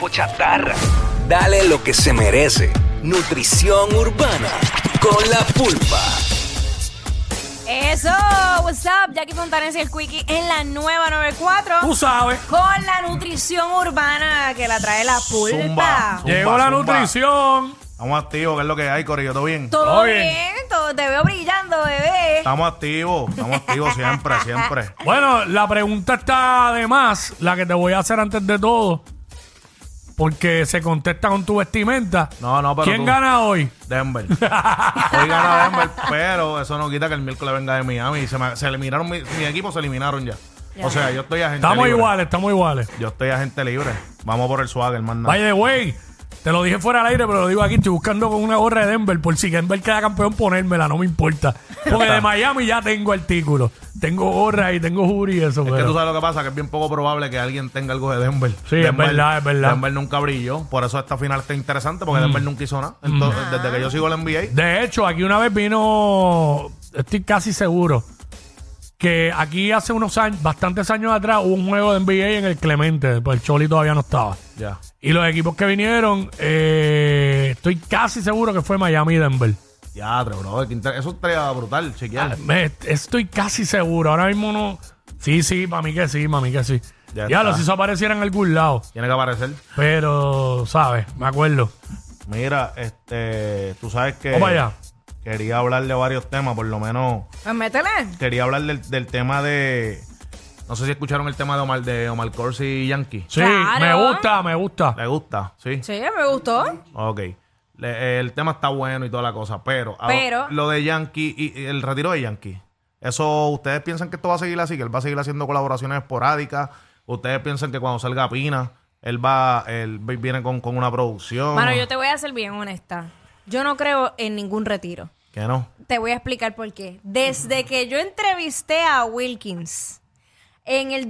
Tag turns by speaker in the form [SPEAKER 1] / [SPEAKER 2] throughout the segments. [SPEAKER 1] como chatarra. Dale lo que se merece. Nutrición urbana con la pulpa.
[SPEAKER 2] Eso, what's up, Jackie Fontanes y el Quickie en la nueva 94
[SPEAKER 3] Tú sabes.
[SPEAKER 2] con la nutrición urbana que la trae la pulpa.
[SPEAKER 4] Zumba.
[SPEAKER 3] Llegó la
[SPEAKER 4] zumba.
[SPEAKER 3] nutrición.
[SPEAKER 4] Estamos activos, que es lo que hay, Corillo, ¿todo bien?
[SPEAKER 2] Todo
[SPEAKER 3] Oye.
[SPEAKER 2] bien, todo- te veo brillando, bebé.
[SPEAKER 4] Estamos activos, estamos activos siempre, siempre.
[SPEAKER 3] Bueno, la pregunta está de más, la que te voy a hacer antes de todo, porque se contesta con tu vestimenta.
[SPEAKER 4] No, no, pero
[SPEAKER 3] ¿Quién
[SPEAKER 4] tú-
[SPEAKER 3] gana hoy?
[SPEAKER 4] Denver. Hoy gana Denver, pero eso no quita que el miércoles venga de Miami. Se, me- se eliminaron, mi, mi equipo se eliminaron ya. O sea, yo estoy a gente
[SPEAKER 3] Estamos
[SPEAKER 4] libre.
[SPEAKER 3] iguales, estamos iguales.
[SPEAKER 4] Yo estoy a gente libre. Vamos por el swag, hermano.
[SPEAKER 3] By the way, te lo dije fuera al aire, pero lo digo aquí, estoy buscando con una gorra de Denver, por si Denver queda campeón, ponérmela, no me importa. Porque de Miami ya tengo artículo. Tengo gorra y tengo jury y eso.
[SPEAKER 4] Es que
[SPEAKER 3] pero-
[SPEAKER 4] tú sabes lo que pasa, que es bien poco probable que alguien tenga algo de Denver.
[SPEAKER 3] Sí, es
[SPEAKER 4] Denver-
[SPEAKER 3] verdad, es verdad. Mm.
[SPEAKER 4] Denver nunca brilló. Por eso esta final está interesante, porque Denver nunca hizo nada. Entonces, desde que yo sigo la NBA,
[SPEAKER 3] De hecho, aquí una vez vino, estoy casi seguro, que aquí hace unos años, bastantes años atrás, hubo un juego de NBA en el Clemente, pues el Choli todavía no estaba.
[SPEAKER 4] ya.
[SPEAKER 3] Y los equipos que vinieron, eh, estoy casi seguro que fue Miami y Denver.
[SPEAKER 4] Ya, bro. qué inter- Eso estaría brutal, chequear.
[SPEAKER 3] Me- estoy casi seguro, ahora mismo no. Sí, sí, para mí que sí, para mí que sí.
[SPEAKER 4] Ya
[SPEAKER 3] Ya, lo
[SPEAKER 4] está.
[SPEAKER 3] si eso apareciera en algún lado.
[SPEAKER 4] Tiene que aparecer.
[SPEAKER 3] Pero, ¿sabes? Me acuerdo.
[SPEAKER 4] Mira, este, tú sabes que
[SPEAKER 3] Vamos allá.
[SPEAKER 4] quería hablar de varios temas, por lo menos
[SPEAKER 2] Pues métele.
[SPEAKER 4] quería hablar del, del tema de, no sé si escucharon el tema de Omar de Omar Corsi y Yankee.
[SPEAKER 3] Sí,
[SPEAKER 2] Claro.
[SPEAKER 3] me gusta, me gusta.
[SPEAKER 4] ¿Le gusta? Sí.
[SPEAKER 2] Sí, me gustó.
[SPEAKER 4] Ok. Le- el tema está bueno y toda la cosa, pero, a-
[SPEAKER 2] Pero-
[SPEAKER 4] lo de Yankee y, y el retiro de Yankee, eso ustedes piensan que esto va a seguir así, que él va a seguir haciendo colaboraciones esporádicas, ustedes piensan que cuando salga Pina, él va, él viene con, con una producción.
[SPEAKER 2] Mano, yo te voy a ser bien honesta. Yo no creo en ningún retiro.
[SPEAKER 4] Que no.
[SPEAKER 2] Te voy a explicar por qué. Desde que yo entrevisté a Wilkins en el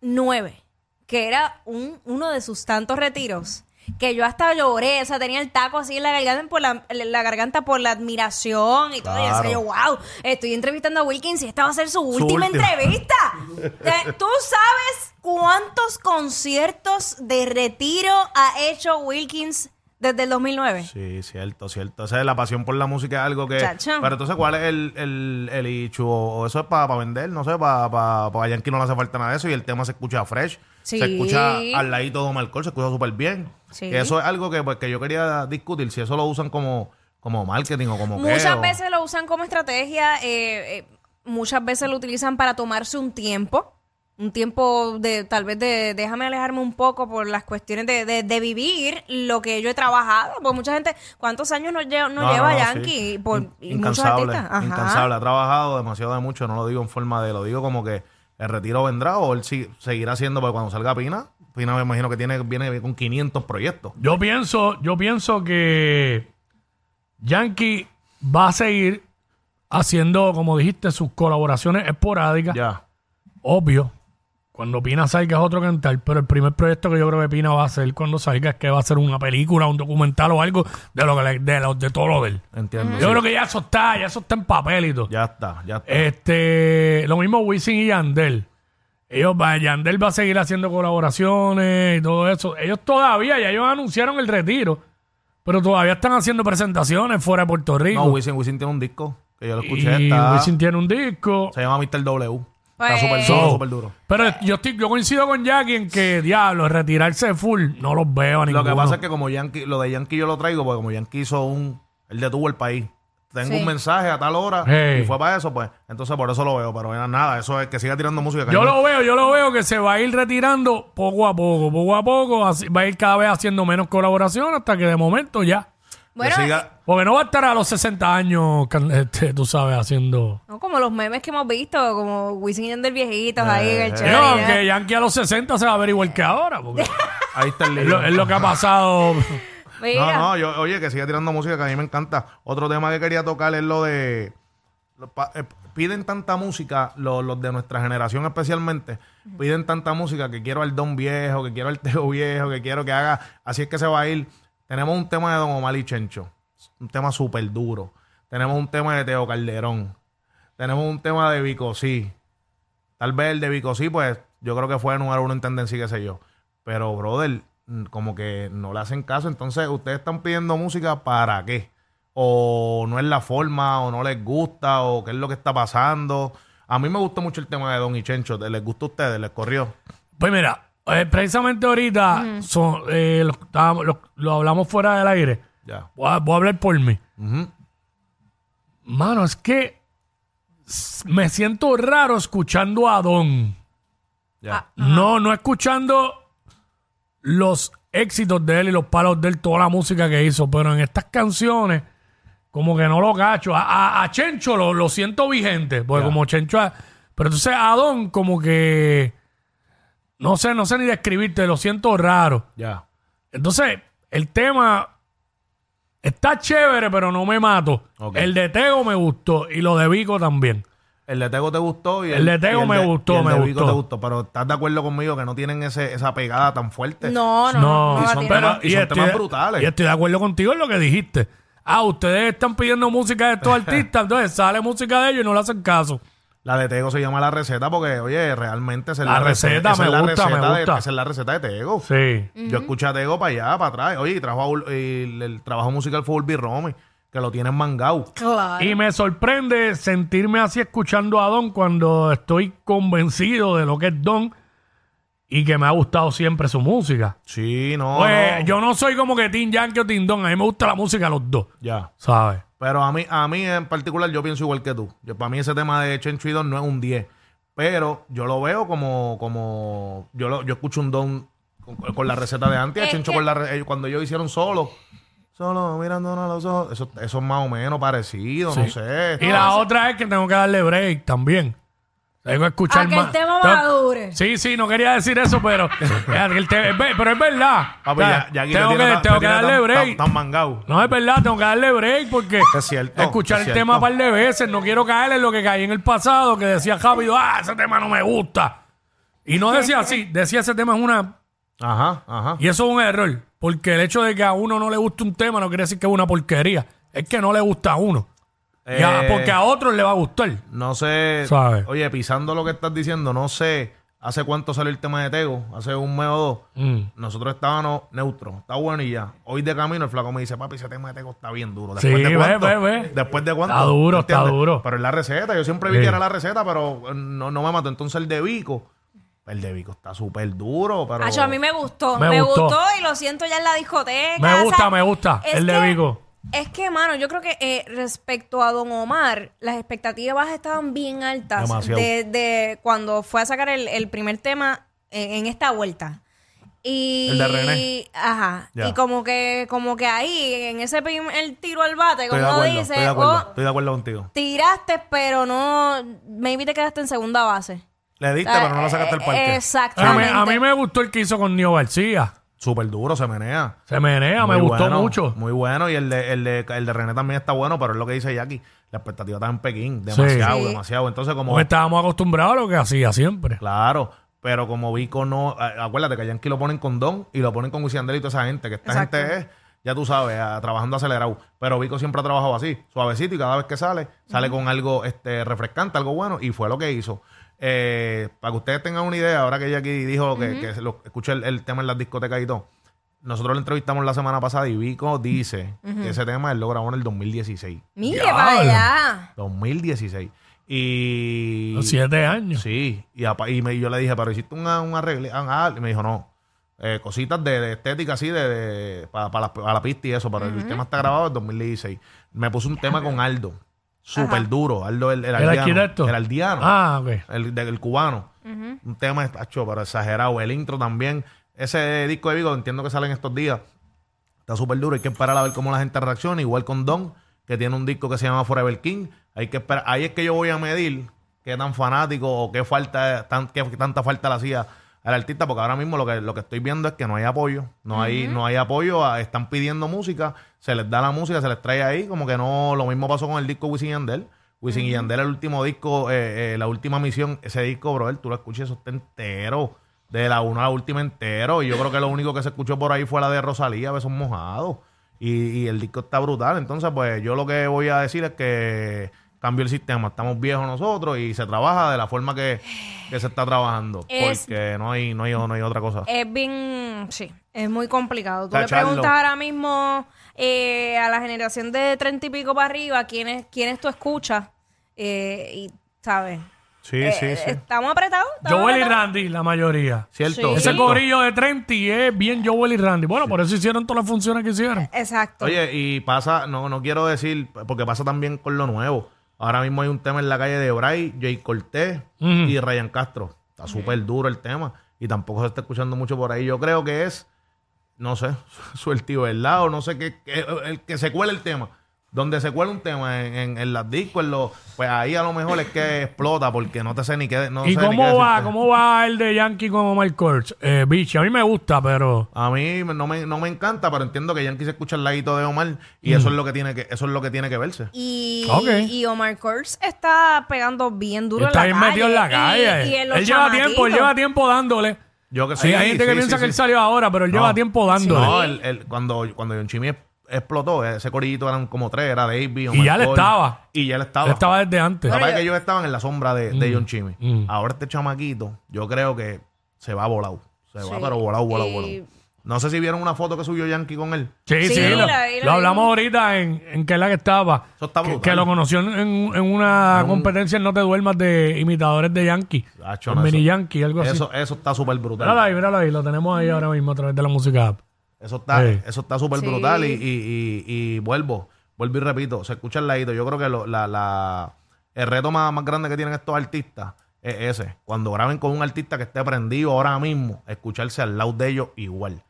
[SPEAKER 2] 2009, que era un- uno de sus tantos retiros, que yo hasta lloré, o sea, tenía el taco así en la garganta por la, en la garganta por la admiración y todo. Y yo
[SPEAKER 4] Claro.
[SPEAKER 2] decía yo, wow, estoy entrevistando a Wilkins y esta va a ser su última
[SPEAKER 4] última.
[SPEAKER 2] entrevista. O sea, Tú sabes cuántos conciertos de retiro ha hecho Wilkins desde el 2009.
[SPEAKER 4] Sí, cierto, cierto. Esa es la pasión por la música, es algo que...
[SPEAKER 2] Chacho.
[SPEAKER 4] Pero entonces, ¿cuál es el, el, el issue? O eso es para vender, no sé, para pa, pa- a Yankee no le hace falta nada de eso y el tema se escucha fresh.
[SPEAKER 2] Sí.
[SPEAKER 4] Se escucha al ladito de Malcol, se escucha súper bien.
[SPEAKER 2] Sí.
[SPEAKER 4] Que eso es algo que, pues, que yo quería discutir, si eso lo usan como, como marketing o como qué,
[SPEAKER 2] Muchas
[SPEAKER 4] o-
[SPEAKER 2] veces lo usan como estrategia, eh, eh, muchas veces lo utilizan para tomarse un tiempo, un tiempo de tal vez de déjame alejarme un poco por las cuestiones de, de- de vivir lo que yo he trabajado, porque mucha gente, ¿cuántos años no, lleva- no
[SPEAKER 4] No, no,
[SPEAKER 2] lleva
[SPEAKER 4] no,
[SPEAKER 2] Yankee?
[SPEAKER 4] sí.
[SPEAKER 2] Por,
[SPEAKER 4] In-
[SPEAKER 2] y muchos
[SPEAKER 4] incansable,
[SPEAKER 2] artistas. Ajá.
[SPEAKER 4] incansable. Ha trabajado demasiado de mucho, no lo digo en forma de, lo digo como que el retiro vendrá o él sí, seguirá haciendo, porque cuando salga Pina, Pina me imagino que tiene viene con 500 proyectos.
[SPEAKER 3] Yo pienso, yo pienso que Yankee va a seguir haciendo, como dijiste, sus colaboraciones esporádicas.
[SPEAKER 4] Ya.
[SPEAKER 3] Obvio. Cuando Pina salga es otro cantar, pero el primer proyecto que yo creo que Pina va a hacer cuando salga es que va a hacer una película, un documental o algo de lo que le- de, lo- de todo lo de él.
[SPEAKER 4] Entiendo.
[SPEAKER 3] Yo
[SPEAKER 4] sí.
[SPEAKER 3] creo que ya eso está, ya eso está en papel y todo.
[SPEAKER 4] Ya está, ya está.
[SPEAKER 3] Este, lo mismo Wisin y Yandel. Ellos, va- Yandel va a seguir haciendo colaboraciones y todo eso. Ellos todavía, ya ellos anunciaron el retiro, pero todavía están haciendo presentaciones fuera de Puerto Rico.
[SPEAKER 4] no, Wisin, Wisin tiene un disco que yo lo escuché.
[SPEAKER 3] y
[SPEAKER 4] está,
[SPEAKER 3] Wisin tiene un disco.
[SPEAKER 4] Se llama Mr. W.
[SPEAKER 2] Pues-
[SPEAKER 4] Está súper
[SPEAKER 3] So,
[SPEAKER 4] duro, súper duro.
[SPEAKER 3] Pero yo, estoy, yo coincido con Jackie en que, diablo, retirarse de full, no los veo a
[SPEAKER 4] Lo
[SPEAKER 3] ninguno.
[SPEAKER 4] que pasa es que como Yankee, lo de Yankee yo lo traigo, porque como Yankee hizo un... Él detuvo el país. Tengo
[SPEAKER 2] Sí.
[SPEAKER 4] un mensaje a tal hora
[SPEAKER 3] Hey.
[SPEAKER 4] y fue para eso, pues. Entonces por eso lo veo, pero era nada. Eso es que siga tirando música. que
[SPEAKER 3] Yo
[SPEAKER 4] no-
[SPEAKER 3] lo veo, yo lo veo que se va a ir retirando poco a poco, poco a poco, así- va a ir cada vez haciendo menos colaboración hasta que de momento ya.
[SPEAKER 4] que
[SPEAKER 2] Bueno, eh,
[SPEAKER 4] siga-
[SPEAKER 3] Porque no va a estar a los 60 años, can- este, tú sabes, haciendo...
[SPEAKER 2] no como los memes que hemos visto, como Wisin y Yandel viejitos ahí, el
[SPEAKER 4] Eh,
[SPEAKER 2] chévere,
[SPEAKER 3] Yo,
[SPEAKER 2] ¿eh?
[SPEAKER 3] que Yankee a los 60 se va a ver igual que ahora, porque
[SPEAKER 4] Ahí está
[SPEAKER 3] es
[SPEAKER 4] el
[SPEAKER 3] lo,
[SPEAKER 4] libro.
[SPEAKER 3] es lo que ha pasado.
[SPEAKER 2] Mira,
[SPEAKER 4] No, no, yo, oye, que siga tirando música que a mí me encanta. Otro tema que quería tocar es lo de. lo pa- eh, piden tanta música, lo- los de nuestra generación especialmente, piden tanta música que quiero al Don Viejo, que quiero al Teo Viejo, que quiero que haga. Así es que se va a ir. Tenemos un tema de Don Omar y Chencho, un tema súper duro. Tenemos un tema de Teo Calderón. Tenemos un tema de Vicosí. Tal vez el de Vicosí, pues yo creo que fue el número uno en tendencia, y qué sé yo. Pero, brother, mm, como que no le hacen caso. Entonces, ustedes están pidiendo música para qué? O no es la forma, o no les gusta, o qué es lo que está pasando. A mí me gustó mucho el tema de Don y Chencho. ¿Les gustó a ustedes? ¿Les corrió?
[SPEAKER 3] Pues mira, eh, precisamente ahorita son, eh, lo, estábamos- lo- lo hablamos fuera del aire.
[SPEAKER 4] Ya.
[SPEAKER 3] Voy a, voy a hablar por mí.
[SPEAKER 4] Ujú.
[SPEAKER 3] Mano, es que s- me siento raro escuchando a Don.
[SPEAKER 4] Ya.
[SPEAKER 3] Ah. No, no escuchando los éxitos de él y los palos de él, toda la música que hizo, pero en estas canciones, como que no lo cacho. A, a- a Chencho lo, lo siento vigente, porque como Chencho. ha- Pero entonces a Don, como que. No sé, no sé ni describirte, lo siento raro.
[SPEAKER 4] Ya.
[SPEAKER 3] Entonces, el tema está chévere, pero no me mato.
[SPEAKER 4] Ok.
[SPEAKER 3] El de Tego me gustó y lo de Vico también.
[SPEAKER 4] El de Tego te gustó y
[SPEAKER 3] El de Tego
[SPEAKER 4] y
[SPEAKER 3] me gustó,
[SPEAKER 4] y el
[SPEAKER 3] me
[SPEAKER 4] de Vico
[SPEAKER 3] gustó.
[SPEAKER 4] te gustó, pero ¿estás de acuerdo conmigo que no tienen ese, esa pegada tan fuerte?
[SPEAKER 2] No, no, no.
[SPEAKER 3] No,
[SPEAKER 2] no
[SPEAKER 4] y
[SPEAKER 2] la
[SPEAKER 4] son
[SPEAKER 2] tiene.
[SPEAKER 4] temas- y son temas brutales.
[SPEAKER 3] Y estoy de acuerdo contigo en lo que dijiste. Ah, ustedes están pidiendo música de estos artistas, entonces sale música de ellos y no le hacen caso.
[SPEAKER 4] La de Tego se llama La Receta porque, oye, realmente esa es
[SPEAKER 3] La
[SPEAKER 4] la,
[SPEAKER 3] receta,
[SPEAKER 4] esa es
[SPEAKER 3] me
[SPEAKER 4] la
[SPEAKER 3] gusta, me
[SPEAKER 4] receta de-
[SPEAKER 3] gusta.
[SPEAKER 4] esa es la receta de Tego.
[SPEAKER 3] Sí.
[SPEAKER 4] Yo escuché a Tego para allá, para atrás. Oye, y trajo a Ul- y el, el trabajo musical fue Ulvi Romy, que lo tienen mangado.
[SPEAKER 2] Claro.
[SPEAKER 3] Y me sorprende sentirme así escuchando a Don cuando estoy convencido de lo que es Don y que me ha gustado siempre su música.
[SPEAKER 4] Sí, no.
[SPEAKER 3] Pues,
[SPEAKER 4] no.
[SPEAKER 3] yo no soy como que Tim Yankee o Tim Don, a mí me gusta la música de los dos,
[SPEAKER 4] Ya.
[SPEAKER 3] ¿sabes?
[SPEAKER 4] Pero a mí, a mí en particular, yo pienso igual que tú. Yo, para mí ese tema de Chencho y Don no es un 10. Pero yo lo veo como, como yo lo, yo escucho un Don con, con la receta de antes, a
[SPEAKER 2] Es
[SPEAKER 4] Chencho
[SPEAKER 2] que-
[SPEAKER 4] con la re- eh, cuando ellos hicieron solo. Solo mirándonos a los ojos. Eso, eso es más o menos parecido, no sé.
[SPEAKER 3] Y la otra es que tengo que darle break también. Tengo que escuchar
[SPEAKER 2] A que el
[SPEAKER 3] más.
[SPEAKER 2] tema
[SPEAKER 3] Tengo-
[SPEAKER 2] madure.
[SPEAKER 3] Sí, sí, no quería decir eso, pero, el te- es ve- pero es verdad.
[SPEAKER 4] Papi,
[SPEAKER 3] O sea,
[SPEAKER 4] ya- ya aquí
[SPEAKER 3] tengo
[SPEAKER 4] lo
[SPEAKER 3] que,
[SPEAKER 4] tiene tan-
[SPEAKER 3] tengo
[SPEAKER 4] lo
[SPEAKER 3] que
[SPEAKER 4] tiene
[SPEAKER 3] darle
[SPEAKER 4] tan-
[SPEAKER 3] break.
[SPEAKER 4] tan- tan mangado.
[SPEAKER 3] no, es verdad, tengo que darle break porque
[SPEAKER 4] Es cierto,
[SPEAKER 3] escuchar
[SPEAKER 4] es
[SPEAKER 3] el
[SPEAKER 4] cierto.
[SPEAKER 3] tema un par de veces. No quiero caer en lo que caí en el pasado, que decía rápido, ah, ese tema no me gusta. Y no decía así, decía ese tema es una...
[SPEAKER 4] Ajá, ajá.
[SPEAKER 3] Y eso es un error, porque el hecho de que a uno no le guste un tema no quiere decir que es una porquería. Es que no le gusta a uno. Y a-
[SPEAKER 4] Eh,
[SPEAKER 3] porque a otros le va a gustar.
[SPEAKER 4] No sé.
[SPEAKER 3] Suave.
[SPEAKER 4] Oye, pisando lo que estás diciendo, no sé hace cuánto salió el tema de Tego, hace un mes o dos.
[SPEAKER 3] Mm.
[SPEAKER 4] Nosotros estábamos neutros, está bueno y ya. Hoy de camino el flaco me dice, papi, ese tema de Tego está bien duro.
[SPEAKER 3] Sí, ve, ve, ve.
[SPEAKER 4] Después de cuánto.
[SPEAKER 3] Está duro, está
[SPEAKER 4] ¿Entiendes?
[SPEAKER 3] duro.
[SPEAKER 4] Pero es la receta, yo siempre vi
[SPEAKER 3] Sí.
[SPEAKER 4] que era la receta, pero eh, no, no me mató. Entonces el de Vico, el de Vico está súper duro, pero...
[SPEAKER 2] Acho, a mí me gustó.
[SPEAKER 3] Me
[SPEAKER 2] Me,
[SPEAKER 3] gustó.
[SPEAKER 2] gustó. y lo siento ya en la discoteca.
[SPEAKER 3] Me
[SPEAKER 2] o
[SPEAKER 3] gusta,
[SPEAKER 2] sea,
[SPEAKER 3] me gusta,
[SPEAKER 2] es
[SPEAKER 3] el de
[SPEAKER 2] que-
[SPEAKER 3] Vico.
[SPEAKER 2] Es que, mano, yo creo que eh, respecto a Don Omar, las expectativas estaban bien altas
[SPEAKER 4] Demasiado.
[SPEAKER 2] de, de cuando fue a sacar el, el primer tema en, en esta vuelta. Y,
[SPEAKER 4] El de René.
[SPEAKER 2] Ajá.
[SPEAKER 4] Ya.
[SPEAKER 2] Y como que, como que ahí, en ese el tiro al bate,
[SPEAKER 4] estoy
[SPEAKER 2] como
[SPEAKER 4] de
[SPEAKER 2] uno dice,
[SPEAKER 4] acuerdo, estoy de acuerdo,
[SPEAKER 2] oh,
[SPEAKER 4] estoy de acuerdo contigo.
[SPEAKER 2] tiraste, pero no, maybe te quedaste en segunda base.
[SPEAKER 4] Le diste, pero no lo sacaste al parque.
[SPEAKER 3] A mí,
[SPEAKER 2] Exactamente.
[SPEAKER 3] a mí me gustó el que hizo con Nio García.
[SPEAKER 4] Súper duro, se menea.
[SPEAKER 3] Se menea, me
[SPEAKER 4] Muy
[SPEAKER 3] gustó
[SPEAKER 4] bueno,
[SPEAKER 3] mucho.
[SPEAKER 4] Muy bueno. Y el de, el, de, el de René también está bueno, pero es lo que dice Jackie. La expectativa está en Pekín. Demasiado,
[SPEAKER 2] Sí.
[SPEAKER 4] demasiado. Entonces, como.
[SPEAKER 3] Porque estábamos acostumbrados a lo que hacía siempre.
[SPEAKER 4] Claro. Pero como Vico no. a- Acuérdate que a Yankee lo ponen con Don y lo ponen con Wisin y toda esa gente. Que esta
[SPEAKER 2] Exacto.
[SPEAKER 4] gente es, ya tú sabes, a- trabajando acelerado. Pero Vico siempre ha trabajado así, suavecito. Y cada vez que sale, sale con algo este, refrescante, algo bueno. Y fue lo que hizo. Eh, para que ustedes tengan una idea, ahora que Jackie dijo que, que se lo, escuché el, el tema en las discotecas y todo. Nosotros lo entrevistamos la semana pasada y Vico dice que ese tema él lo grabó en el 2016.
[SPEAKER 2] Mire
[SPEAKER 3] Diablo.
[SPEAKER 2] para allá.
[SPEAKER 4] 2016. Y.
[SPEAKER 3] Los siete años.
[SPEAKER 4] Sí, y, apa- y me- yo le dije, pero hiciste un, un arregle. Ah, ah, y me dijo, no. Eh, cositas de, de estética así, de, para la, pa' la pista y eso, pero el tema está grabado en 2016. Me puso un tema con Aldo, súper duro. Aldo, el, el, aldeano,
[SPEAKER 3] arquitecto?
[SPEAKER 4] El aldeano,
[SPEAKER 3] Ah, ok.
[SPEAKER 4] el, del el cubano. Un tema, tacho, pero exagerado. El intro también. Ese disco de Vigo, entiendo que sale en estos días. Está súper duro, hay que esperar a ver cómo la gente reacciona. Igual con Don, que tiene un disco que se llama Forever King. Hay que esperar. Ahí es que yo voy a medir qué tan fanático o qué falta, tan- qué tanta falta le hacía al artista, porque ahora mismo lo que, lo que estoy viendo es que no hay apoyo. No hay, no hay apoyo, a- están pidiendo música, se les da la música, se les trae ahí, como que no, lo mismo pasó con el disco Wisin y Yandel. Wisin y Yandel, el último disco, eh, eh, la última misión, ese disco, brother, tú lo escuchas, eso está entero. De la una a la última entero. Y yo creo que lo único que se escuchó por ahí fue la de Rosalía, Besos Mojados. Y, y el disco está brutal. Entonces, pues yo lo que voy a decir es que cambió el sistema. Estamos viejos nosotros y se trabaja de la forma que, que se está trabajando.
[SPEAKER 2] Es- Eh,
[SPEAKER 4] Porque no hay, no hay, no hay otra cosa.
[SPEAKER 2] Es bien, Mm, sí, es muy complicado. Tú le
[SPEAKER 4] Tacharlo.
[SPEAKER 2] preguntas ahora mismo eh, a la generación de 30 y pico para arriba quiénes quiénes tú escuchas eh, y, ¿sabes?
[SPEAKER 4] Sí,
[SPEAKER 2] Eh,
[SPEAKER 4] sí, sí.
[SPEAKER 2] ¿Estamos apretados? ¿Estamos
[SPEAKER 3] Joel y
[SPEAKER 2] apretados?
[SPEAKER 3] Randy, la mayoría.
[SPEAKER 4] Cierto.
[SPEAKER 2] Sí.
[SPEAKER 3] Ese
[SPEAKER 4] cierto.
[SPEAKER 3] corillo de 30 y es bien Joel y Randy. Bueno, por eso hicieron todas las funciones que hicieron.
[SPEAKER 2] Exacto.
[SPEAKER 4] Oye, y pasa, no, no quiero decir, porque pasa también con lo nuevo. Ahora mismo hay un tema en la calle de Bray, Jay Cortés
[SPEAKER 3] Ujú.
[SPEAKER 4] y Ryan Castro. Está súper duro el tema y tampoco se está escuchando mucho por ahí. Yo creo que es, no sé, suerte, ¿verdad? O no sé qué, qué- el que se cuela el tema. Donde se cuela un tema en, en- en las discos, en los- pues ahí a lo mejor es que explota porque no te sé ni qué. No
[SPEAKER 3] ¿Y
[SPEAKER 4] sé ni qué
[SPEAKER 3] cómo va?
[SPEAKER 4] decirte.
[SPEAKER 3] ¿Cómo va el de Yankee con Omar Kurtz? Eh, bicho, a mí me gusta, pero...
[SPEAKER 4] A mí no me, no me encanta, pero entiendo que Yankee se escucha el laguito de Omar y eso es lo que tiene que eso es lo que tiene que verse.
[SPEAKER 2] Y,
[SPEAKER 3] Ok.
[SPEAKER 2] y Omar Kurtz está pegando bien duro
[SPEAKER 3] Está
[SPEAKER 2] en la
[SPEAKER 3] bien
[SPEAKER 2] calle.
[SPEAKER 3] metido en la
[SPEAKER 2] Y-
[SPEAKER 3] calle.
[SPEAKER 2] y en los
[SPEAKER 3] él lleva
[SPEAKER 2] chamaquitos.
[SPEAKER 3] tiempo, él lleva tiempo dándole.
[SPEAKER 4] Yo que
[SPEAKER 3] Sí, hay gente que
[SPEAKER 4] sí,
[SPEAKER 3] piensa
[SPEAKER 4] sí,
[SPEAKER 3] que
[SPEAKER 4] sí.
[SPEAKER 3] él salió ahora, pero él
[SPEAKER 4] No.
[SPEAKER 3] lleva tiempo dándole.
[SPEAKER 4] No, el- el- cuando, cuando John Chimmy es- explotó, ese corillito eran como tres, era Davey, Omar
[SPEAKER 3] Y ya le
[SPEAKER 4] Cole,
[SPEAKER 3] estaba.
[SPEAKER 4] Y ya le
[SPEAKER 3] Él
[SPEAKER 4] estaba.
[SPEAKER 3] estaba desde antes.
[SPEAKER 4] Lo que pasa es que ellos estaban en la sombra de, de John Chimmy.
[SPEAKER 3] mm.
[SPEAKER 4] Ahora este chamaquito, yo creo que se va volado. Se va,
[SPEAKER 2] Sí.
[SPEAKER 4] pero volado, volado,
[SPEAKER 2] Y-
[SPEAKER 4] volado. No sé si vieron una foto que subió Yankee con él.
[SPEAKER 3] Sí, sí,
[SPEAKER 2] Sí,
[SPEAKER 3] lo,
[SPEAKER 2] la- la-
[SPEAKER 3] lo hablamos ahorita en, en que es la que estaba.
[SPEAKER 4] Eso está
[SPEAKER 3] Que-
[SPEAKER 4] brutal.
[SPEAKER 3] Que, lo conoció en, en una competencia en No Te Duermas de imitadores de Yankee.
[SPEAKER 4] Acho,
[SPEAKER 3] En
[SPEAKER 4] no,
[SPEAKER 3] Mini
[SPEAKER 4] eso-
[SPEAKER 3] Yankee, algo así.
[SPEAKER 4] Eso, eso está súper brutal.
[SPEAKER 3] Míralo ahí, míralo ahí. Lo tenemos ahí ahora mismo a través de la música app.
[SPEAKER 4] Eso está
[SPEAKER 3] Sí.
[SPEAKER 4] eso está súper
[SPEAKER 2] Sí.
[SPEAKER 4] brutal y, y- y- y vuelvo, vuelvo y repito, se escucha el ladito. Yo creo que lo- la, la- el reto más, más grande que tienen estos artistas es ese. Cuando graben con un artista que esté prendido ahora mismo, escucharse al lado de ellos igual.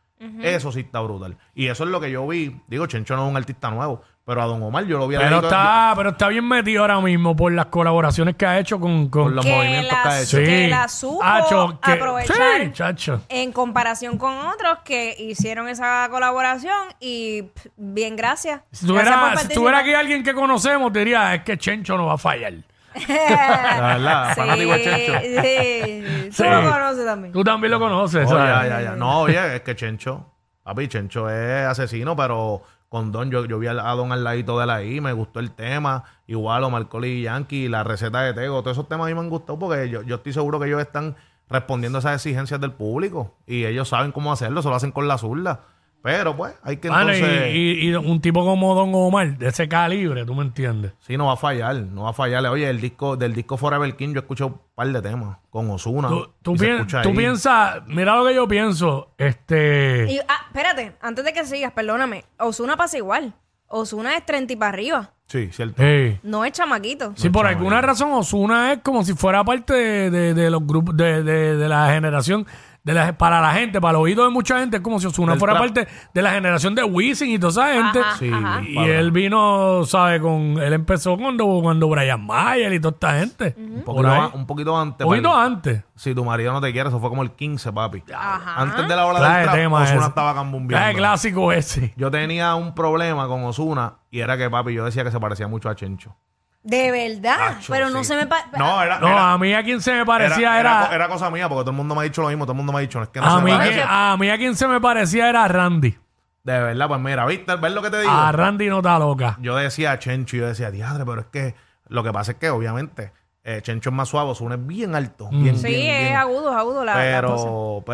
[SPEAKER 4] Eso sí está brutal. Y eso es lo que yo vi. Digo, Chencho no es un artista nuevo, pero a Don Omar yo lo vi al
[SPEAKER 3] Pero
[SPEAKER 4] ladito-
[SPEAKER 3] está, pero está bien metido ahora mismo por las colaboraciones que ha hecho con. con-
[SPEAKER 4] Por los
[SPEAKER 2] que
[SPEAKER 4] movimientos
[SPEAKER 2] la,
[SPEAKER 4] que ha hecho.
[SPEAKER 2] que la supo
[SPEAKER 3] Acho, que-
[SPEAKER 2] aprovechar
[SPEAKER 3] Sí, chacho.
[SPEAKER 2] en comparación con otros que hicieron esa colaboración y pff, bien gracias.
[SPEAKER 3] Si tuviera,
[SPEAKER 2] Gracias por
[SPEAKER 3] si tuviera aquí
[SPEAKER 2] participar.
[SPEAKER 3] alguien que conocemos, te diría, es que Chencho no va a fallar.
[SPEAKER 4] La verdad, fanático de Chencho.
[SPEAKER 2] sí, sí.
[SPEAKER 3] Sí.
[SPEAKER 2] Tú lo conoces también.
[SPEAKER 3] Tú también lo conoces.
[SPEAKER 4] Oh,
[SPEAKER 3] ¿sabes?
[SPEAKER 4] ya, ya, ya. No, oye, es que Chencho, papi, Chencho es asesino, pero con Don, yo, yo vi al- a Don al ladito de la I, me gustó el tema, igual o Marcoli y Yankee, la receta de Tego, todos esos temas a mí me han gustado porque yo, yo estoy seguro que ellos están respondiendo a esas exigencias del público y ellos saben cómo hacerlo, se lo hacen con la zurda. Pero pues, hay que
[SPEAKER 3] Mano, y-
[SPEAKER 4] entonces...
[SPEAKER 3] y, y un tipo como Don Omar, de ese calibre, tú me entiendes.
[SPEAKER 4] Sí, no va a fallar, no va a fallar. Oye, el disco del disco Forever King yo escuché un par de temas con Osuna.
[SPEAKER 3] Tú, tú pien- tú piensas, mira lo que yo pienso, este...
[SPEAKER 2] Y- ah, espérate, antes de que sigas, perdóname. Osuna pasa igual. Osuna es 30 y para arriba.
[SPEAKER 4] Sí, cierto.
[SPEAKER 3] hey,
[SPEAKER 2] No es chamaquito.
[SPEAKER 3] si por alguna razón Osuna es como si fuera parte de, de- de los grupos, de, de- de la generación, de la- para la gente, para el oído de mucha gente, es como si Osuna
[SPEAKER 4] Del
[SPEAKER 3] fuera
[SPEAKER 4] trap.
[SPEAKER 3] parte de la generación de Wisin y toda esa gente.
[SPEAKER 2] Ajá,
[SPEAKER 4] Sí,
[SPEAKER 2] ajá.
[SPEAKER 3] Y
[SPEAKER 4] Pablo.
[SPEAKER 3] él vino, ¿sabe? Con, él empezó cuando, cuando Brian Mayer y toda esta gente.
[SPEAKER 4] Un
[SPEAKER 3] Por
[SPEAKER 4] poquito,
[SPEAKER 3] ahí.
[SPEAKER 4] a- un poquito antes.
[SPEAKER 3] Un poquito
[SPEAKER 4] Pablo.
[SPEAKER 3] antes.
[SPEAKER 4] Si tu marido no te quiere, eso fue como el 15, papi.
[SPEAKER 2] Ajá.
[SPEAKER 4] Antes de la ola
[SPEAKER 3] Trae
[SPEAKER 4] del trap,
[SPEAKER 3] tema
[SPEAKER 4] Ozuna
[SPEAKER 3] ese.
[SPEAKER 4] estaba cambumbiando.
[SPEAKER 3] Ese clásico ese.
[SPEAKER 4] Yo tenía un problema con Osuna y era que, papi, yo decía que se parecía mucho a Chencho.
[SPEAKER 2] De verdad.
[SPEAKER 4] Acho,
[SPEAKER 2] Ah, pero no
[SPEAKER 4] sí.
[SPEAKER 2] se me... pa- ah,
[SPEAKER 4] No, eh, era...
[SPEAKER 3] No,
[SPEAKER 4] era-
[SPEAKER 3] a mí a quien se me parecía
[SPEAKER 4] era-
[SPEAKER 3] era...
[SPEAKER 4] co- era cosa mía porque todo el mundo me ha dicho lo mismo. Todo el mundo me ha dicho, es que no
[SPEAKER 3] a,
[SPEAKER 4] se
[SPEAKER 3] mí
[SPEAKER 4] parece.
[SPEAKER 3] que- a mí a quien se me parecía era a Randy.
[SPEAKER 4] De verdad, pues mira, ¿viste? ¿Ves lo que te digo?
[SPEAKER 3] A Randy no está loca.
[SPEAKER 4] Yo decía Chencho y yo decía, diadre, pero es que lo que pasa es que, obviamente, eh, Chencho es más suave, Osuna es bien alto.
[SPEAKER 3] Mm.
[SPEAKER 4] Bien,
[SPEAKER 2] Sí,
[SPEAKER 4] bien,
[SPEAKER 2] es
[SPEAKER 4] bien.
[SPEAKER 2] agudo, es agudo la, la cosa.
[SPEAKER 4] pero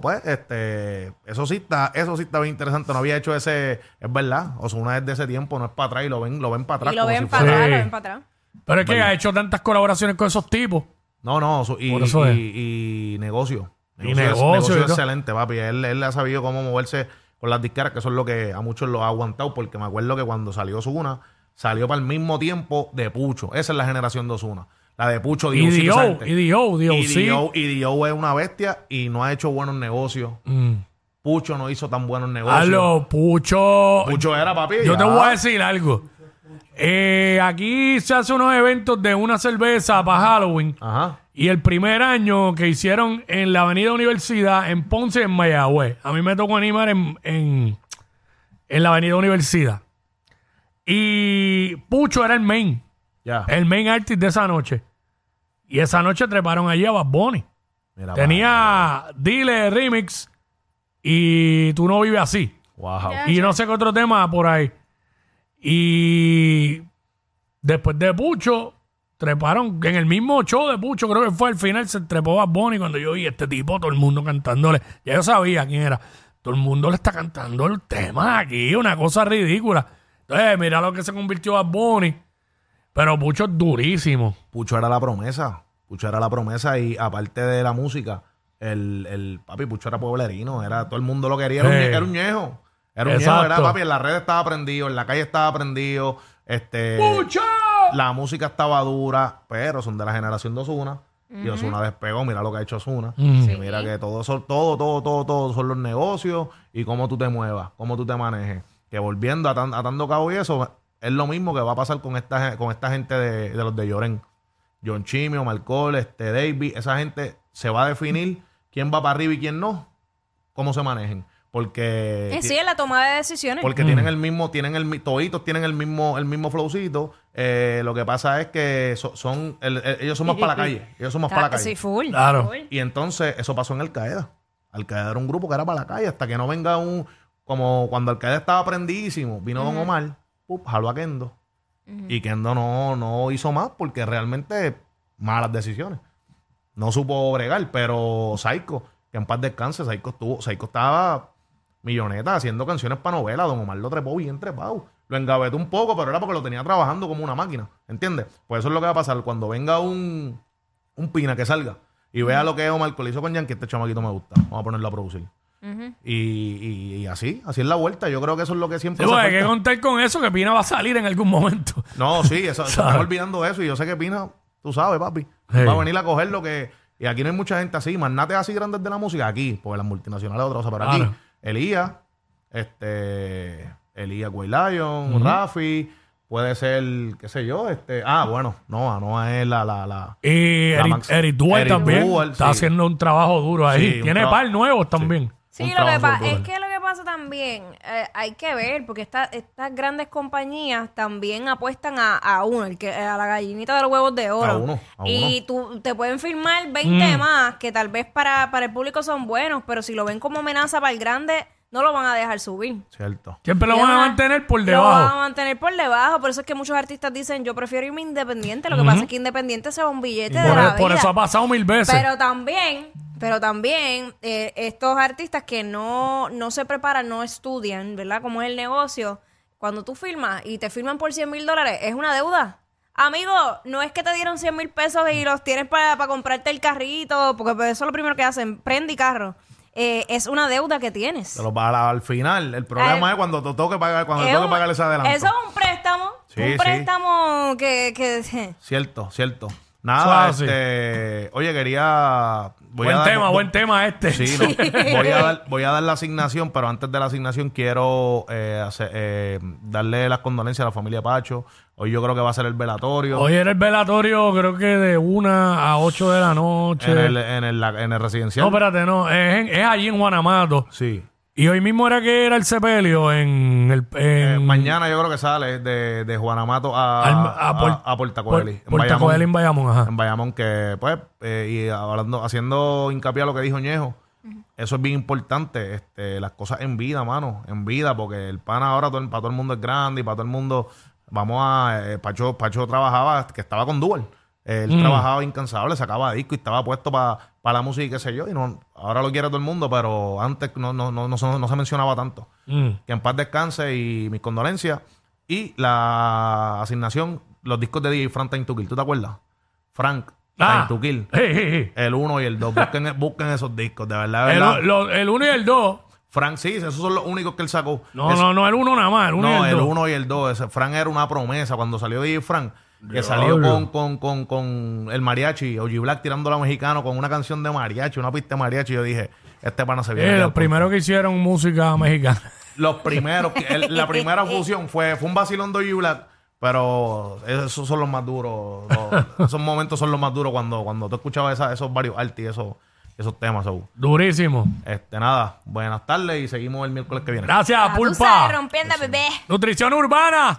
[SPEAKER 4] pero pues este eso sí está eso sí está bien interesante no había hecho ese es verdad Osuna es de ese tiempo no es para atrás y lo ven lo ven para atrás
[SPEAKER 2] Y lo
[SPEAKER 4] como
[SPEAKER 2] ven
[SPEAKER 4] si
[SPEAKER 2] para
[SPEAKER 4] fuera-
[SPEAKER 3] fuera-
[SPEAKER 2] atrás, lo
[SPEAKER 3] Sí.
[SPEAKER 2] ven para atrás.
[SPEAKER 3] Pero es que ha hecho tantas colaboraciones con esos tipos.
[SPEAKER 4] no no Osu- y,
[SPEAKER 3] Por eso es.
[SPEAKER 4] y- y negocio
[SPEAKER 3] Y
[SPEAKER 4] es-
[SPEAKER 3] negocio, y todo.
[SPEAKER 4] excelente papi él, él ha sabido cómo moverse con las disqueras que eso es lo que a muchos lo ha aguantado porque me acuerdo que cuando salió Osuna salió para el mismo tiempo de Pucho esa es la generación de Osuna la de Pucho
[SPEAKER 3] Y
[SPEAKER 4] Diosito, esa
[SPEAKER 3] Dio,
[SPEAKER 4] gente.
[SPEAKER 3] y Dio, Dio,
[SPEAKER 4] Y
[SPEAKER 3] sí.
[SPEAKER 4] Dio- y Dio es una bestia y no ha hecho buenos negocios
[SPEAKER 3] Mm.
[SPEAKER 4] Pucho no hizo tan buenos negocios.
[SPEAKER 3] Aló, Pucho.
[SPEAKER 4] Pucho era papi.
[SPEAKER 3] Yo
[SPEAKER 4] ya.
[SPEAKER 3] te voy a decir algo. Eh, aquí se hacen unos eventos de una cerveza para Halloween.
[SPEAKER 4] Ajá.
[SPEAKER 3] Y el primer año que hicieron en la Avenida Universidad, en Ponce, en Mayagüez. A mí me tocó animar en, en, en la Avenida Universidad. Y Pucho era el main,
[SPEAKER 4] Ya.
[SPEAKER 3] el main artist de esa noche. Y esa noche treparon allí a Bad Bunny.
[SPEAKER 4] Mira,
[SPEAKER 3] Tenía Dile Remix y Tú no vives así.
[SPEAKER 4] Wow. Wow.
[SPEAKER 3] Y no sé qué otro tema por ahí. Y después de Pucho, treparon en el mismo show de Pucho, creo que fue al final, se trepó Bad Bunny cuando yo vi este tipo, todo el mundo cantándole. Ya yo sabía quién era. Todo el mundo le está cantando el tema aquí, una cosa ridícula. Entonces, mira lo que se convirtió Bad Bunny. Pero Pucho es durísimo.
[SPEAKER 4] Pucho era la promesa. Pucho era la promesa y aparte de la música, el, el papi Pucho era pueblerino. Era, todo el mundo lo quería. Era un,
[SPEAKER 3] Sí.
[SPEAKER 4] ñe- era un ñejo. Era un
[SPEAKER 3] Exacto.
[SPEAKER 4] ñejo. Era papi. En la red estaba prendido, en la calle estaba prendido. Este,
[SPEAKER 3] ¡Pucho!
[SPEAKER 4] La música estaba dura, pero son de la generación de Osuna. Y Osuna despegó, mira lo que ha hecho Osuna.
[SPEAKER 3] Mm.
[SPEAKER 2] Sí.
[SPEAKER 4] Mira que todo, son- todo, todo, todo, todo son los negocios y cómo tú te muevas, cómo tú te manejes. Que volviendo a tan- atando cabo y eso, es lo mismo que va a pasar con esta, gen- con esta gente de, de los de Lloren. John Chimio, Marcol, este David, esa gente se va a definir quién va para arriba y quién no, cómo se manejen. Porque
[SPEAKER 2] Eh, sí, en la toma de decisiones.
[SPEAKER 4] porque
[SPEAKER 3] Mm.
[SPEAKER 4] tienen el mismo, tienen el mi- toditos tienen el mismo, el mismo flowcito. Eh, lo que pasa es que so- son, el- el- ellos son más para la calle. Ellos son más para la
[SPEAKER 2] Claro,
[SPEAKER 4] calle.
[SPEAKER 2] Sí, full.
[SPEAKER 3] Claro.
[SPEAKER 2] full.
[SPEAKER 4] Y entonces eso pasó en Al Qaeda. Al Qaeda era un grupo que era para la calle, hasta que no venga un, como cuando Al Qaeda estaba prendidísimo, vino Don Omar, pup, jaló a Kendo. Y Kendo no, no hizo más porque realmente malas decisiones. No supo bregar, pero Psycho, que en paz descanse, Psycho estuvo, Psycho estaba milloneta haciendo canciones para novelas. Don Omar lo trepó bien trepado. Lo engavetó un poco, pero era porque lo tenía trabajando como una máquina. ¿Entiendes? Pues eso es lo que va a pasar. Cuando venga un, un pina que salga y vea lo que Omar Colizo con Yankee, este chamaquito me gusta. Vamos a ponerlo a producir.
[SPEAKER 2] Ujú.
[SPEAKER 4] Y, y- y así, así es la vuelta. Yo creo que eso es lo que
[SPEAKER 3] Sí,
[SPEAKER 4] siempre
[SPEAKER 3] porque
[SPEAKER 4] hace
[SPEAKER 3] hay que
[SPEAKER 4] falta.
[SPEAKER 3] contar con eso, que Pina va a salir en algún momento.
[SPEAKER 4] No, sí, eso, se
[SPEAKER 3] ¿Sabes?
[SPEAKER 4] están olvidando de eso. Y yo sé que Pina, tú sabes, papi,
[SPEAKER 3] Sí.
[SPEAKER 4] va a venir a coger lo que. Y aquí no hay mucha gente así, magnates así grandes de la música, aquí, porque las multinacionales otra cosa, pero aquí,
[SPEAKER 3] Claro.
[SPEAKER 4] Elías, este, Elías Way Lion, Rafi, puede ser, qué sé yo, este, ah, bueno, Noah, Noah es la, la, la,
[SPEAKER 3] Y
[SPEAKER 4] La
[SPEAKER 3] Eric,
[SPEAKER 4] Max-
[SPEAKER 3] Eric Duarte
[SPEAKER 4] Eric
[SPEAKER 3] también
[SPEAKER 4] Duarte,
[SPEAKER 3] está
[SPEAKER 4] sí.
[SPEAKER 3] haciendo un trabajo duro ahí.
[SPEAKER 4] Sí, un
[SPEAKER 3] Tiene
[SPEAKER 4] tra-
[SPEAKER 3] par nuevos también.
[SPEAKER 2] Sí,
[SPEAKER 4] Un
[SPEAKER 2] lo que
[SPEAKER 4] trabajo
[SPEAKER 2] pasa
[SPEAKER 4] brutal.
[SPEAKER 2] es que lo que pasa también, eh, hay que ver, porque esta- estas grandes compañías también apuestan a, a uno, el que, a la gallinita de los huevos de oro.
[SPEAKER 4] A uno, a
[SPEAKER 2] y tú te pueden firmar
[SPEAKER 3] Mm.
[SPEAKER 2] 20 más que tal vez para, para el público son buenos, pero si lo ven como amenaza para el grande, no lo van a dejar subir.
[SPEAKER 4] cierto.
[SPEAKER 3] Siempre lo
[SPEAKER 2] Y
[SPEAKER 3] van a
[SPEAKER 2] además,
[SPEAKER 3] mantener por
[SPEAKER 2] Lo van a
[SPEAKER 3] debajo.
[SPEAKER 2] mantener por debajo. Por eso es que muchos artistas dicen, yo prefiero irme independiente. Lo que pasa es que independiente se va un billete de
[SPEAKER 3] Por, e,
[SPEAKER 2] la
[SPEAKER 3] por
[SPEAKER 2] vida.
[SPEAKER 3] eso ha pasado mil veces.
[SPEAKER 2] Pero también, pero también eh, estos artistas que no, no se preparan, no estudian, ¿verdad? Como es el negocio, cuando tú firmas y te firman por 100 mil dólares, es una deuda. Amigo, no es que te dieron 100 mil pesos y los tienes para, para comprarte el carrito, porque pues, eso es lo primero que hacen, prende y carro. Eh, es una deuda que tienes.
[SPEAKER 4] Se los va a la- al final. El problema
[SPEAKER 2] Al-
[SPEAKER 4] es cuando te toque pagar, cuando te
[SPEAKER 2] Ah, Es
[SPEAKER 4] toque
[SPEAKER 2] un-
[SPEAKER 4] pagar ese adelanto.
[SPEAKER 2] Eso es un préstamo,
[SPEAKER 4] Sí,
[SPEAKER 2] un
[SPEAKER 4] sí.
[SPEAKER 2] préstamo que... que
[SPEAKER 4] Cierto, cierto.
[SPEAKER 3] Suave,
[SPEAKER 4] Nada,
[SPEAKER 3] sí.
[SPEAKER 4] este, oye, quería. voy a
[SPEAKER 3] buen
[SPEAKER 4] dar-
[SPEAKER 3] tema, buen tema este.
[SPEAKER 4] Sí, no. voy, a dar, voy a dar la asignación, pero antes de la asignación quiero eh, hacer- eh, darle las condolencias a la familia Pacho. Hoy yo creo que va a ser el velatorio
[SPEAKER 3] Hoy era el velatorio, creo que de una a 8 de la noche.
[SPEAKER 4] en, el, en, el, en
[SPEAKER 3] No,
[SPEAKER 4] el residencial.
[SPEAKER 3] espérate, no. Es, en- es allí en Guanamato.
[SPEAKER 4] sí.
[SPEAKER 3] Y hoy mismo era que era el sepelio en el. en-
[SPEAKER 4] Eh, mañana yo creo que sale de, de Juanamato a,
[SPEAKER 3] Mm. al-
[SPEAKER 4] a,
[SPEAKER 3] Puer-
[SPEAKER 4] a Portacoeli.
[SPEAKER 3] Puer- Portacoeli en Bayamón, ajá.
[SPEAKER 4] en Bayamón que pues eh, y hablando haciendo hincapié a lo que dijo Ñejo eso es bien importante este, las cosas en vida mano en vida porque el pana ahora todo- para todo el mundo es grande y para todo el mundo vamos a eh, Pacho Pacho trabajaba que estaba con Dual él trabajaba incansable sacaba disco y estaba puesto para la música y qué sé yo y no ahora lo quiere todo el mundo pero antes no no no no, se- no se mencionaba tanto
[SPEAKER 3] Mm.
[SPEAKER 4] que en paz descanse y mis condolencias. Y la asignación, los discos de DJ Frank Time to Kill. ¿Tú te acuerdas? Frank
[SPEAKER 3] Ah.
[SPEAKER 4] Time to Kill.
[SPEAKER 3] Hey, hey, hey.
[SPEAKER 4] El 1 y el 2. Busquen, busquen esos discos, de verdad, de
[SPEAKER 3] El,
[SPEAKER 4] verdad.
[SPEAKER 3] lo- el uno y el dos.
[SPEAKER 4] Frank, sí, esos son los únicos que él sacó.
[SPEAKER 3] No,
[SPEAKER 4] Es-
[SPEAKER 3] no, no, el uno nada más. El uno
[SPEAKER 4] no,
[SPEAKER 3] y el
[SPEAKER 4] el
[SPEAKER 3] dos.
[SPEAKER 4] 1 y el 2. Frank era una promesa cuando salió DJ Frank. Que salió con, con, con, con el mariachi, Oji Black tirando a mexicano con una canción de mariachi, una pista de mariachi. Yo dije, este pana se
[SPEAKER 3] Eh,
[SPEAKER 4] viene.
[SPEAKER 3] los primeros que hicieron música mexicana.
[SPEAKER 4] Los primeros, que- el- la primera fusión fue, fue un vacilón de Oyu Black, pero esos son los más duros. los- esos momentos son los más duros cuando, cuando tú escuchabas esa- esos varios artis, esos, esos temas. so.
[SPEAKER 3] Durísimo.
[SPEAKER 4] Este, nada, buenas tardes y seguimos el miércoles que viene.
[SPEAKER 3] Gracias,
[SPEAKER 2] Ah, tú sabes,
[SPEAKER 3] Pulpa.
[SPEAKER 2] rompiendo, bebé.
[SPEAKER 3] Nutrición urbana.